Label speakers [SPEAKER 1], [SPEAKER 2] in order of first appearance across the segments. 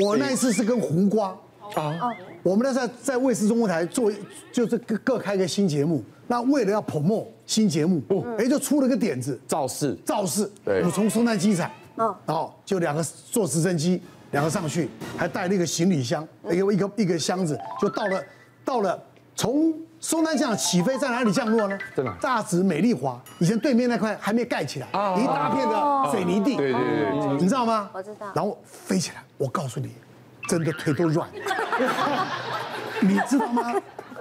[SPEAKER 1] 我那一次是跟胡瓜啊，我们那时候在卫视中国台做，就是各各开个新节目。那为了要 promo 新节目，哎，就出了个点子，
[SPEAKER 2] 造势，
[SPEAKER 1] 造势，
[SPEAKER 2] 对
[SPEAKER 1] 补充生态机场。嗯，然后就两个坐直升机，两个上去，还带了一个行李箱，
[SPEAKER 3] 嗯
[SPEAKER 1] 一个一个一个箱子，就到了，到了从松山机场起飞在哪里降落呢？
[SPEAKER 2] 在哪
[SPEAKER 1] 大直美丽华，以前对面那块还没盖起来，一大片的水泥地。
[SPEAKER 2] 啊对对对，
[SPEAKER 1] 你知道吗？
[SPEAKER 3] 哦我知道
[SPEAKER 1] 然后飞起来，我告诉你，真的腿都软了，你知道吗？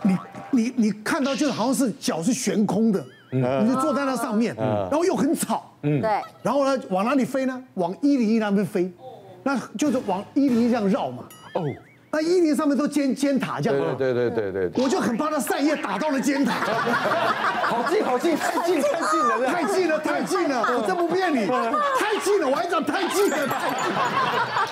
[SPEAKER 1] 你你你看到就是好像是脚是悬空的，
[SPEAKER 2] 嗯
[SPEAKER 1] 你就坐在那上面，然后又很吵，嗯，
[SPEAKER 3] 对，
[SPEAKER 1] 然后呢往哪里飞呢？往一零一那边飞，那就是往一零一这样绕嘛。
[SPEAKER 2] 哦，
[SPEAKER 1] 那一零上面都尖尖塔这样嘛，
[SPEAKER 2] 对对对对对对，
[SPEAKER 1] 我就很怕那扇叶打到了尖塔。
[SPEAKER 2] 好近好近，太近太近 了，
[SPEAKER 1] 太近了，太近了，我真不骗你，太近了，我还讲太近了，太近了。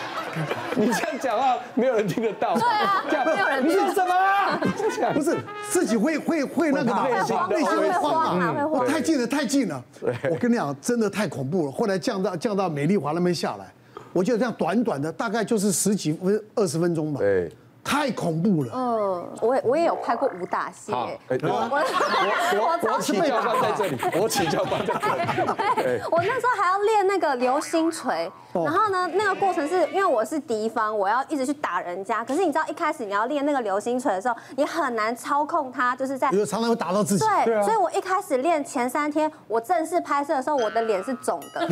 [SPEAKER 2] 你这样讲话没有人听得到，对
[SPEAKER 3] 啊没有人
[SPEAKER 2] 你
[SPEAKER 3] 听
[SPEAKER 2] 是什么啊？这 样
[SPEAKER 1] 不是自己会会会那个
[SPEAKER 2] 会
[SPEAKER 1] 的
[SPEAKER 2] 怕
[SPEAKER 1] 内心会
[SPEAKER 3] 会
[SPEAKER 1] 慌
[SPEAKER 3] 慌啊
[SPEAKER 1] 嘛
[SPEAKER 3] 会？慌
[SPEAKER 1] 哇，太近了，太近了！我跟你讲，真的太恐怖了。后来降到降到美丽华那边下来，我就这样短短的，大概就是十几分二十分钟吧。
[SPEAKER 2] 对，
[SPEAKER 1] 太恐怖了。
[SPEAKER 3] 嗯，我也我也有拍过武打戏，
[SPEAKER 2] 好
[SPEAKER 3] 哎
[SPEAKER 2] 哎对
[SPEAKER 3] 我
[SPEAKER 2] 国国国
[SPEAKER 3] 超
[SPEAKER 2] 旗
[SPEAKER 3] 喜欢
[SPEAKER 2] 教 官在这里，国旗教官在这 里，
[SPEAKER 4] 哎
[SPEAKER 3] 对，我那时候还要练那个流星锤，
[SPEAKER 1] 哦
[SPEAKER 3] 然后呢，那个过程是因为我是敌方，我要一直去打人家。可是你知道，一开始你要练那个流星锤的时候，你很难操控它，就是在
[SPEAKER 1] 有时候常常会打到自己。
[SPEAKER 3] 对，所以我一开始练前三天，我正式拍摄的时候，我的脸是肿的，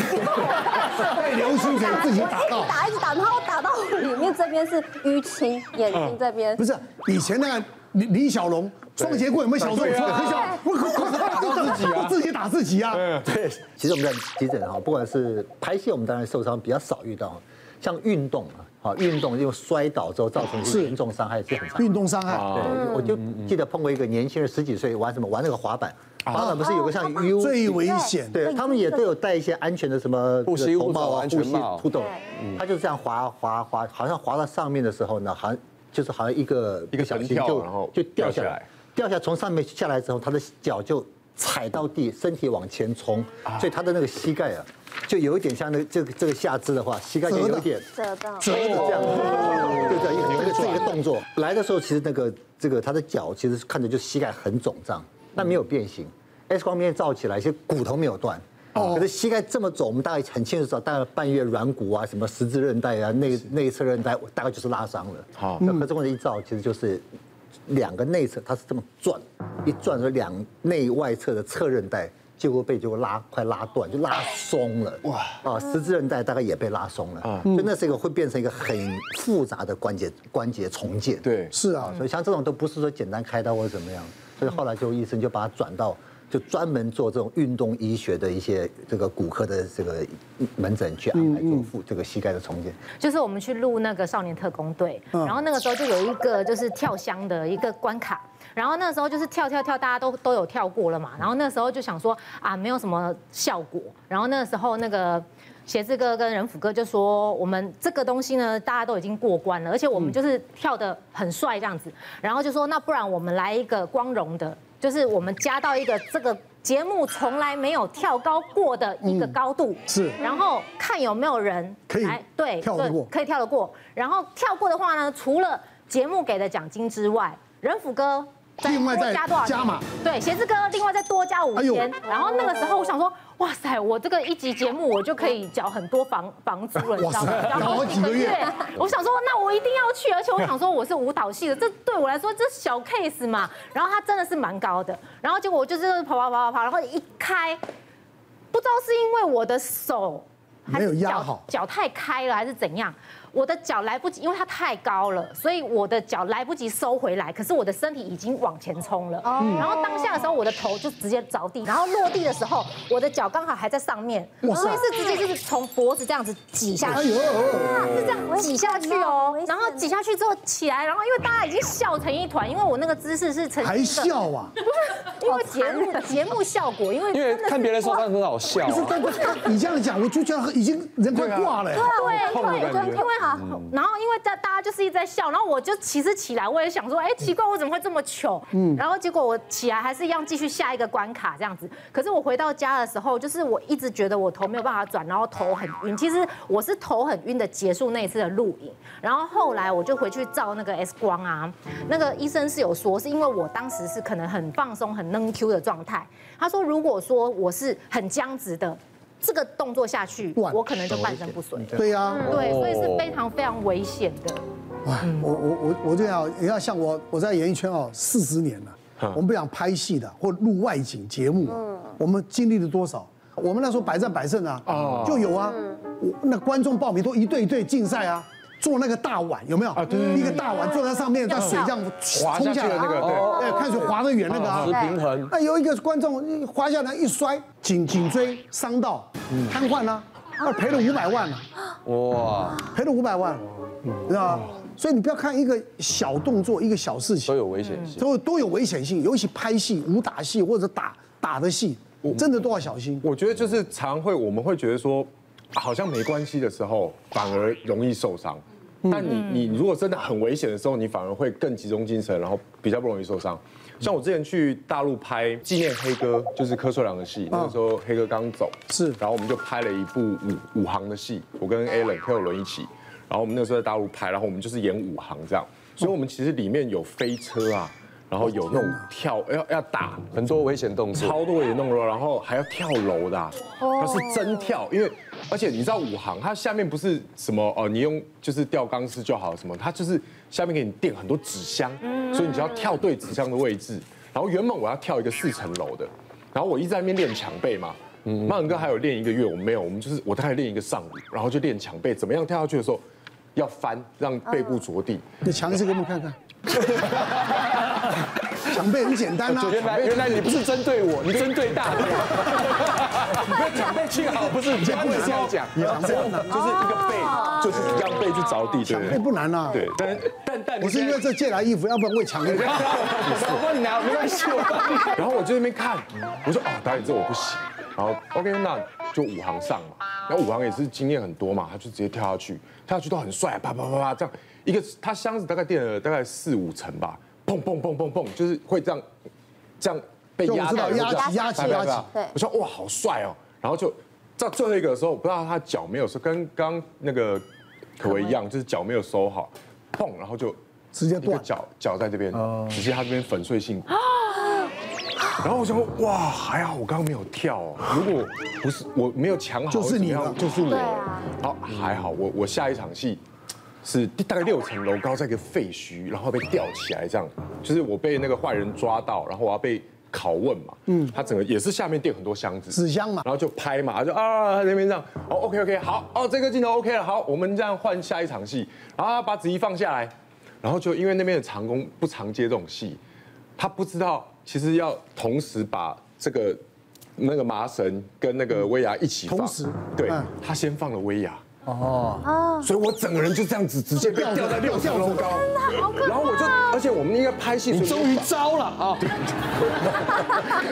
[SPEAKER 3] 被
[SPEAKER 1] 流星锤自己打到
[SPEAKER 3] 一直打一直打，然后打到我里面这边是淤青，眼
[SPEAKER 4] 嗯
[SPEAKER 3] 睛这边
[SPEAKER 1] 不是以前那个李李小龙双截棍有没有小时候
[SPEAKER 2] 对啊
[SPEAKER 1] 很小，我我打到自己啊，自己打自己啊。
[SPEAKER 2] 对，
[SPEAKER 4] 其实我们在急诊哈，不管是拍戏，我们当然受伤比较少遇到，像运动啊，好运动因为摔倒之后造成一些严重伤害是很常见的。
[SPEAKER 1] 运动伤害，
[SPEAKER 4] 对，我就记得碰过一个年轻人十几岁玩什么玩那个滑板，滑板不是有个像 U
[SPEAKER 1] 最危险。
[SPEAKER 4] 对他们也都有戴一些安全的什么
[SPEAKER 2] 护膝
[SPEAKER 4] 头帽
[SPEAKER 2] 护
[SPEAKER 4] 啊、护
[SPEAKER 2] 肘
[SPEAKER 4] 膝
[SPEAKER 2] 安全帽、
[SPEAKER 4] 护肘
[SPEAKER 3] 对，
[SPEAKER 4] 他就这样滑滑滑，好像滑到上面的时候呢，好像就是好像一个
[SPEAKER 5] 一
[SPEAKER 4] 不
[SPEAKER 5] 个
[SPEAKER 4] 小心
[SPEAKER 5] 横跳
[SPEAKER 4] 就
[SPEAKER 5] 然后
[SPEAKER 4] 就掉下
[SPEAKER 5] 掉下
[SPEAKER 4] 来
[SPEAKER 5] 来，
[SPEAKER 4] 掉下从上面下来之后，他的脚就踩到地，身体往前冲，所以他的那个膝盖啊，就有一点像那个这个这个下肢的话，膝盖就有一点
[SPEAKER 3] 折到。
[SPEAKER 4] 折的这样，对对，因为这个是一个动作。来的时候，其实那个这个他的脚其实看着就膝盖很肿胀，但没有变形。X 光片照起来，其实骨头没有断。可是膝盖这么肿，我们大概很清楚知道，大概半月软骨啊，什么十字韧带啊，内内侧韧带，大概就是拉伤了。好，那可是我一照，其实就是两个内侧，它是这么转，一转了两内外侧的侧韧带，结果被就拉快拉断，就拉松了。哇！啊，十字韧带大概也被拉松了。啊，所以那是一个会变成一个很复杂的关节关节重建。
[SPEAKER 5] 对，
[SPEAKER 1] 是啊
[SPEAKER 4] 啊，，所以像这种都不是说简单开刀或者怎么样，所以后来就医生就把它转到就专门做这种运动医学的一些这个骨科的这个门诊去安排做腹这个膝盖的重建。
[SPEAKER 6] 就是我们去录那个少年特工队，然后那个时候就有一个就是跳箱的一个关卡，然后那时候就是跳跳跳，大家都都有跳过了嘛，然后那时候就想说啊，没有什么效果，然后那个时候那个。鞋子哥跟仁甫哥就说，我们这个东西呢，大家都已经过关了，而且我们就是跳的很帅这样子，然后就说，那不然我们来一个光荣的，就是我们加到一个这个节目从来没有跳高过的一个高度，
[SPEAKER 1] 是
[SPEAKER 6] 然后看有没有人
[SPEAKER 1] 可以
[SPEAKER 6] 来对
[SPEAKER 1] 跳得过
[SPEAKER 6] 对可以跳得过。然后跳过的话呢，除了节目给的奖金之外，仁甫哥
[SPEAKER 1] 另外
[SPEAKER 6] 多
[SPEAKER 1] 再
[SPEAKER 6] 加多少钱
[SPEAKER 1] 加码？
[SPEAKER 6] 对，鞋子哥另外再多加五
[SPEAKER 1] 哎呦
[SPEAKER 6] 千。然后那个时候我想说，哇塞，我这个一集节目我就可以缴很多房房租了，你知道吗
[SPEAKER 1] 哇塞？
[SPEAKER 6] 然后
[SPEAKER 1] 好几个月
[SPEAKER 6] 我想说，那我一定要去，而且我想说我是舞蹈系的，这对我来说这小 case 嘛。然后他真的是蛮高的，然后结果我就是跑跑跑跑跑，然后一开。不知道是因为我的手
[SPEAKER 1] 没
[SPEAKER 6] 还是
[SPEAKER 1] 有压
[SPEAKER 6] 脚
[SPEAKER 1] 好
[SPEAKER 6] 脚太开了还是怎样，我的脚来不及，因为它太高了，所以我的脚来不及收回来，可是我的身体已经往前冲了。然后当下的时候，我的头就直接着地，然后落地的时候，我的脚刚好还在上面，
[SPEAKER 1] 哇塞
[SPEAKER 6] 所以是直接就是从脖子这样子挤下
[SPEAKER 1] 哎
[SPEAKER 6] 去。
[SPEAKER 1] 呦，
[SPEAKER 6] 是这样挤下去哦，然后挤下去之后起来，然后因为大家已经笑成一团，因为我那个姿势是呈现一
[SPEAKER 1] 还
[SPEAKER 6] 个
[SPEAKER 1] 笑啊？
[SPEAKER 6] 因为挤节目节目效果，因为
[SPEAKER 2] 因为看别人说他很好笑啊、
[SPEAKER 1] 不是，但是看你这样讲，我就觉得已经人快挂了。
[SPEAKER 6] 对，啊
[SPEAKER 2] 痛的感觉嗯
[SPEAKER 6] 因为好，然后因为大大家就是一直在笑，然后我就其实起来我也想说，哎，奇怪，我怎么会这么糗？嗯，然后结果我起来还是一样继续下一个关卡这样子。可是我回到家的时候，就是我一直觉得我头没有办法转，然后头很晕。
[SPEAKER 2] 啊
[SPEAKER 6] 其实我是头很晕的结束那一次的录影，然后后来我就回去照那个 X 光啊，那个医生是有说是因为我当时是可能很放松、很能 Q 的状态，他说如果说我是很僵直的。这个动作下去，
[SPEAKER 1] 哇
[SPEAKER 6] 我可能就半身不遂了。
[SPEAKER 1] 对呀、啊，
[SPEAKER 6] 对，所以是非常非常危险的。
[SPEAKER 1] 哇
[SPEAKER 2] 嗯
[SPEAKER 1] 我我我我就要你要像我我在演艺圈哦四十年了，
[SPEAKER 2] 嗯
[SPEAKER 1] 我们不想拍戏的或录外景节目，我们经历了多少？我们那时候百战百胜
[SPEAKER 2] 哦
[SPEAKER 1] 啊，就有啊，我那观众报名都一对一对竞赛啊。做那个大碗有没
[SPEAKER 2] 啊
[SPEAKER 1] 有？一个大碗坐在上面，让水这样
[SPEAKER 2] 滑
[SPEAKER 1] 冲
[SPEAKER 2] 下去的那个对
[SPEAKER 1] 来，哦对，看水滑得远那个啊
[SPEAKER 2] 保持。平衡，
[SPEAKER 1] 那有一个观众滑下来一摔，颈颈椎伤到，瘫痪了，那赔了五百万啊了。
[SPEAKER 2] 哇，
[SPEAKER 1] 赔了五百万，知道吗？所以你不要看一个小动作，一个小事
[SPEAKER 2] 都
[SPEAKER 1] 情，
[SPEAKER 2] 有危险性。
[SPEAKER 1] 都有都有危险性，尤其拍戏、武打戏或者打打的戏，
[SPEAKER 5] 嗯
[SPEAKER 1] 真的都要小心。
[SPEAKER 5] 我觉得就是常会我们会觉得说，好像没关系的时候，反而容易受伤。但你你如果真的很危险的时候，你反而会更集中精神，然后比较不容易受伤。像我之前去大陆拍纪念黑哥，就是柯受良的戏，那个时候黑哥刚走，
[SPEAKER 1] 是
[SPEAKER 5] 然后我们就拍了一部武武行的戏，我跟 Alan 柯有伦一起，然后我们那时候在大陆拍，然后我们就是演武行这样，所以我们其实里面有飞车啊，然后有那种跳要要打
[SPEAKER 2] 很多危险动作，
[SPEAKER 5] 超多也弄了，然后还要跳楼的啊、它是真跳，因为而且你知道武行，它下面不是什么哦，你用就是吊钢丝就好什么，它就是下面给你垫很多纸箱，所以你只要跳对纸箱的位置。然后原本我要跳一个四层楼的，然后我一直在那边练墙背嘛，曼哥还有练一个月，我没有，我们就是我大概练一个上午，然后就练墙背，怎么样跳下去的时候要翻，让背部着地。
[SPEAKER 1] 你强一次给我们 看看。想被很简单啊，
[SPEAKER 2] 原来原来你不是针对我，你针对大家。 你不要讲被去好，不是这样这样讲，
[SPEAKER 5] 你要这
[SPEAKER 1] 啊
[SPEAKER 5] 样，就是一个背，就是让背去着地，对不
[SPEAKER 1] 哎
[SPEAKER 5] 对？
[SPEAKER 1] 不难啊。
[SPEAKER 5] 对，但但但
[SPEAKER 1] 我是因为这借来衣服，要不然我也抢给你。
[SPEAKER 2] 我帮你拿，没关系，我帮你。
[SPEAKER 5] 然后我就在那边看，我说哦，导演这我不行。然后 OK，那就武行上嘛。然后武行也是经验很多嘛，他就直接跳下去，跳下去都很帅，啪啪啪啪这样。一个他箱子大概垫了大概四五层吧，砰砰砰砰砰，就是会这样这样被
[SPEAKER 1] 就我
[SPEAKER 5] 压
[SPEAKER 1] 知道
[SPEAKER 5] 到，
[SPEAKER 1] 压
[SPEAKER 5] 压
[SPEAKER 1] 起压起压起，
[SPEAKER 3] 对
[SPEAKER 5] 我说哇，好帅哦！然后就到最后一个的时候，我不知道他脚没有收，跟刚刚那个可为一样，就是脚没有收好，砰，然后就
[SPEAKER 1] 直接
[SPEAKER 5] 一个
[SPEAKER 1] 断。哦
[SPEAKER 5] 脚脚在这边，只是他这边粉碎性骨。然后我想说，哇，还好我刚刚没有跳哦。如果不是我没有抢好，
[SPEAKER 1] 就是你了
[SPEAKER 5] 我怎么样就是我
[SPEAKER 3] 对啊
[SPEAKER 5] 了。然后还好，我我下一场戏是大概六层楼高，在一个废墟，然后被吊起来这样，就是我被那个坏人抓到，然后我要被拷问嘛。嗯，他整个也是下面垫很多箱子，
[SPEAKER 1] 纸箱嘛
[SPEAKER 5] 然后就拍嘛，就啊那边这样，哦 OK OK 好，哦这个镜头 OK 了，好，我们这样换下一场戏，然后把子怡放下来，然后就因为那边的长工不常接这种戏，他不知道其实要同时把这个那个麻绳跟那个威亚一起放，
[SPEAKER 1] 同时
[SPEAKER 5] 对
[SPEAKER 1] 嗯
[SPEAKER 5] 他先放了威亚。哦，所以我整个人就这样子直接被
[SPEAKER 1] 吊着
[SPEAKER 5] 吊在六层楼高，
[SPEAKER 1] 啊
[SPEAKER 3] 好可怕
[SPEAKER 5] 然后我就，而且我们应该拍戏，
[SPEAKER 2] 你
[SPEAKER 5] 所以
[SPEAKER 2] 终于招了啊！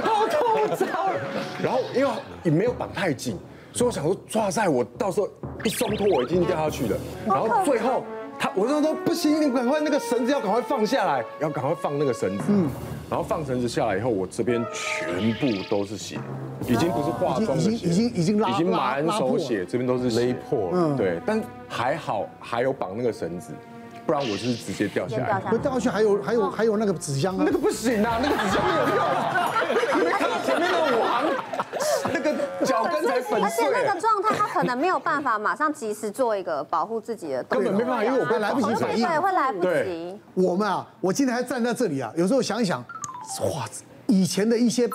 [SPEAKER 5] 好痛，我糟了。然后因为也没有绑太紧，所以我想说，抓在我到时候一松脱，我一定掉下去了。然后最后他，我就说不行，你赶快那个绳子要赶快放下来，要赶快放那个绳子。嗯。然后放绳子下来以后，我这边全部都是血，已经不是化妆的血，
[SPEAKER 1] 已经已经已经拉
[SPEAKER 5] 已经
[SPEAKER 1] 拉
[SPEAKER 5] 满
[SPEAKER 1] 拉破
[SPEAKER 5] 手
[SPEAKER 1] 了
[SPEAKER 5] 血，这边都是勒破了。对，但还好还有绑那个绳子，不然我就是直接掉下
[SPEAKER 3] 先掉
[SPEAKER 5] 来
[SPEAKER 3] 下。
[SPEAKER 1] 不
[SPEAKER 3] 来。
[SPEAKER 1] 掉下去还有还有还有那个纸箱啊
[SPEAKER 5] 那，个不行啊，那个纸箱没有用啊！ 你没看到前面那个王，那个脚跟才粉
[SPEAKER 3] 而且
[SPEAKER 5] 碎，
[SPEAKER 3] 那个状态，他可能没有办法马上及时做一个保护自己的动
[SPEAKER 5] 根
[SPEAKER 3] 作
[SPEAKER 5] 本，没办法，因为我
[SPEAKER 1] 还来不及反应。
[SPEAKER 3] 对，会来不及
[SPEAKER 5] 对。
[SPEAKER 1] 我们啊，我今天还站在这里啊，有时候想一想，哇，以前的一些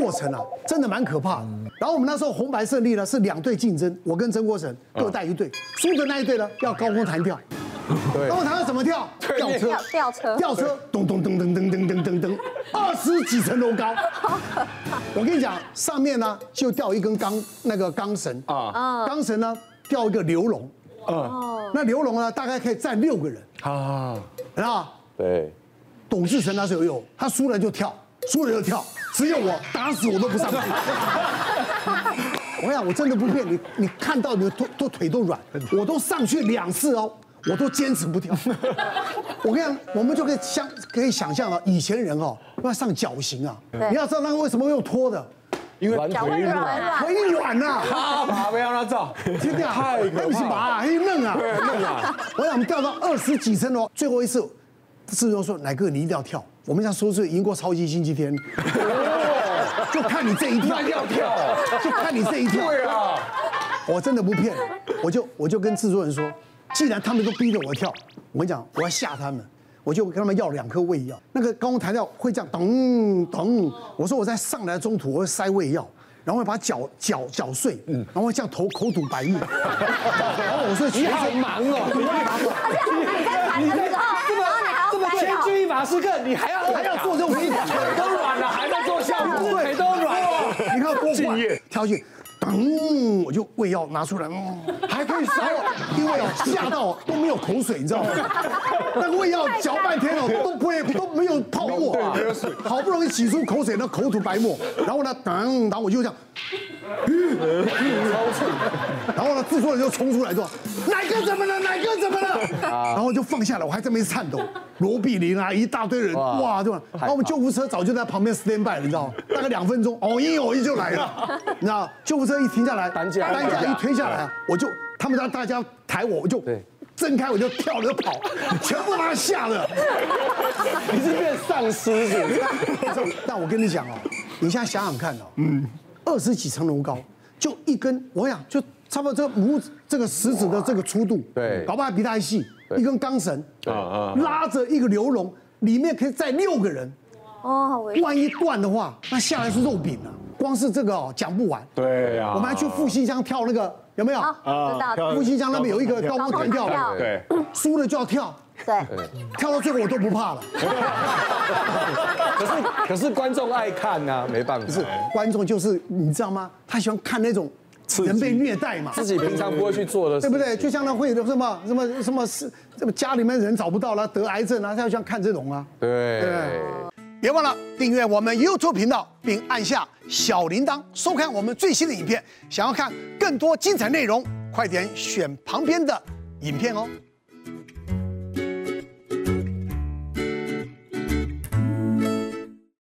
[SPEAKER 1] 过程啊，真的蛮可怕的。然后我们那时候红白胜利呢是两队竞争，我跟曾国成各带一队，输的那一队呢要高空弹跳。高空弹跳怎么跳？吊车
[SPEAKER 3] 吊，吊车
[SPEAKER 1] 吊车，咚咚咚咚咚咚咚咚咚，二十几层楼高。我跟你讲，上面呢就吊一根钢那个钢绳啊，
[SPEAKER 3] 嗯
[SPEAKER 1] 钢绳呢吊一个流笼，啊，那流笼呢大概可以站六个人，
[SPEAKER 5] 啊，
[SPEAKER 1] 然后
[SPEAKER 2] 对，
[SPEAKER 1] 董志成那时候有，他输了就跳，所有人都跳，只有我打死我都不上去。我想我真的不骗你，你看到你的都都腿都软，我都上去两次哦，我都坚持不跳。我跟你讲，我们就可以想可以想象了，以前人哦要上绞刑啊，
[SPEAKER 3] 对
[SPEAKER 1] 你要知道那个为什么用拖的，
[SPEAKER 5] 因为
[SPEAKER 3] 脚会软软，
[SPEAKER 1] 腿软啊呐、
[SPEAKER 5] 啪啪不要让他照，
[SPEAKER 1] 真的啊，
[SPEAKER 5] 太可怕
[SPEAKER 1] 还
[SPEAKER 5] 了
[SPEAKER 1] 不是拔，还嫩啊，
[SPEAKER 5] 对啊，
[SPEAKER 1] 我想我们掉到二十几层哦，最后一次，志荣说：“奶哥，你一定要跳。”我们想说是赢过超级星期天， 就看你这一跳
[SPEAKER 5] 那，要跳哦，
[SPEAKER 1] 就看你这一跳。
[SPEAKER 5] 对啊，
[SPEAKER 1] 我真的不骗，我就我就跟制作人说，既然他们都逼着我跳，我跟你讲，我要吓他们，我就跟他们要两颗胃药。那个高空弹跳会这样咚咚，我说我在上来的中途我会塞胃药，然后会把脚脚绞碎，然后会这样头口吐白沫。然后我说学
[SPEAKER 2] 你好
[SPEAKER 1] 生
[SPEAKER 2] 忙 哦，
[SPEAKER 3] 而且你在弹的时候，然后你还
[SPEAKER 2] 这
[SPEAKER 3] 要
[SPEAKER 2] 么
[SPEAKER 3] 拍
[SPEAKER 2] 谦
[SPEAKER 3] 照，
[SPEAKER 2] 虚马斯克，你还要
[SPEAKER 1] 还要做这种事情。
[SPEAKER 2] 腿
[SPEAKER 5] 哦
[SPEAKER 2] 都软了，还在做效果，
[SPEAKER 1] 对
[SPEAKER 2] 腿都软了。
[SPEAKER 1] 你看多敬业，跳进去，噔，我就胃药拿出来，嗯还可以烧，因为哦吓到都没有口水，你知 道吗？那个胃药嚼半天哦都不会都没有泡沫啊，好不容易挤出口水，那口吐白沫，然后呢，噔，然后我就这样。 然后呢，制作人就冲出来说：“奶哥怎么了？奶哥怎么了？”然后就放下来，我还在那边颤抖。罗碧玲啊，一大堆人，哇，对吧？然后我们救护车早就在旁边 stand by 了，你知道吗？大概两分钟，哦一哦一就来了，你知道？救护车一停下来，
[SPEAKER 2] 担架
[SPEAKER 1] 担
[SPEAKER 2] 担
[SPEAKER 1] 架
[SPEAKER 2] 架
[SPEAKER 1] 一推下来啊，我就他们让大家抬我，我就
[SPEAKER 2] 对
[SPEAKER 1] 挣开我就跳了就跑，全部把他吓的。
[SPEAKER 2] 你是变丧尸是不是？
[SPEAKER 1] 但我跟你讲哦，你现在想想看哦，嗯，二十几层楼高，就一根，我想就差不多这拇指这个食指的这个粗度，
[SPEAKER 5] 对
[SPEAKER 1] 搞不好还比它还细，一根钢绳，
[SPEAKER 5] 啊
[SPEAKER 1] 拉着一个流笼，里面可以载六个人，
[SPEAKER 3] 哦，好危险。
[SPEAKER 1] 万一断的话，那下来是肉饼啊，光是这个哦讲不完。
[SPEAKER 5] 对啊，
[SPEAKER 1] 我们还去复兴乡跳那个，有没有？
[SPEAKER 3] 好，哦知道，
[SPEAKER 1] 复兴乡那边有一个高
[SPEAKER 3] 啊高
[SPEAKER 1] 空弹
[SPEAKER 3] 空
[SPEAKER 1] 跳
[SPEAKER 3] 弹
[SPEAKER 1] 嘛，
[SPEAKER 3] 跳，
[SPEAKER 5] 对，
[SPEAKER 1] 输了就要跳，
[SPEAKER 3] 对，
[SPEAKER 1] 跳到最后我都不怕了。
[SPEAKER 2] 可是可是观众爱看啊，
[SPEAKER 5] 没办法，
[SPEAKER 1] 是观众就是你知道吗？他喜欢看那种人被虐待嘛，
[SPEAKER 2] 自己平常不会去做的，
[SPEAKER 1] 对不？对？就像那会有什么什么什么是什么家里面人找不到了，得癌症啊，他就想看这种啊。
[SPEAKER 5] 对。
[SPEAKER 1] 别忘了订阅我们 YouTube 频道，并按下小铃铛，收看我们最新的影片。想要看更多精彩内容，快点选旁边的影片哦。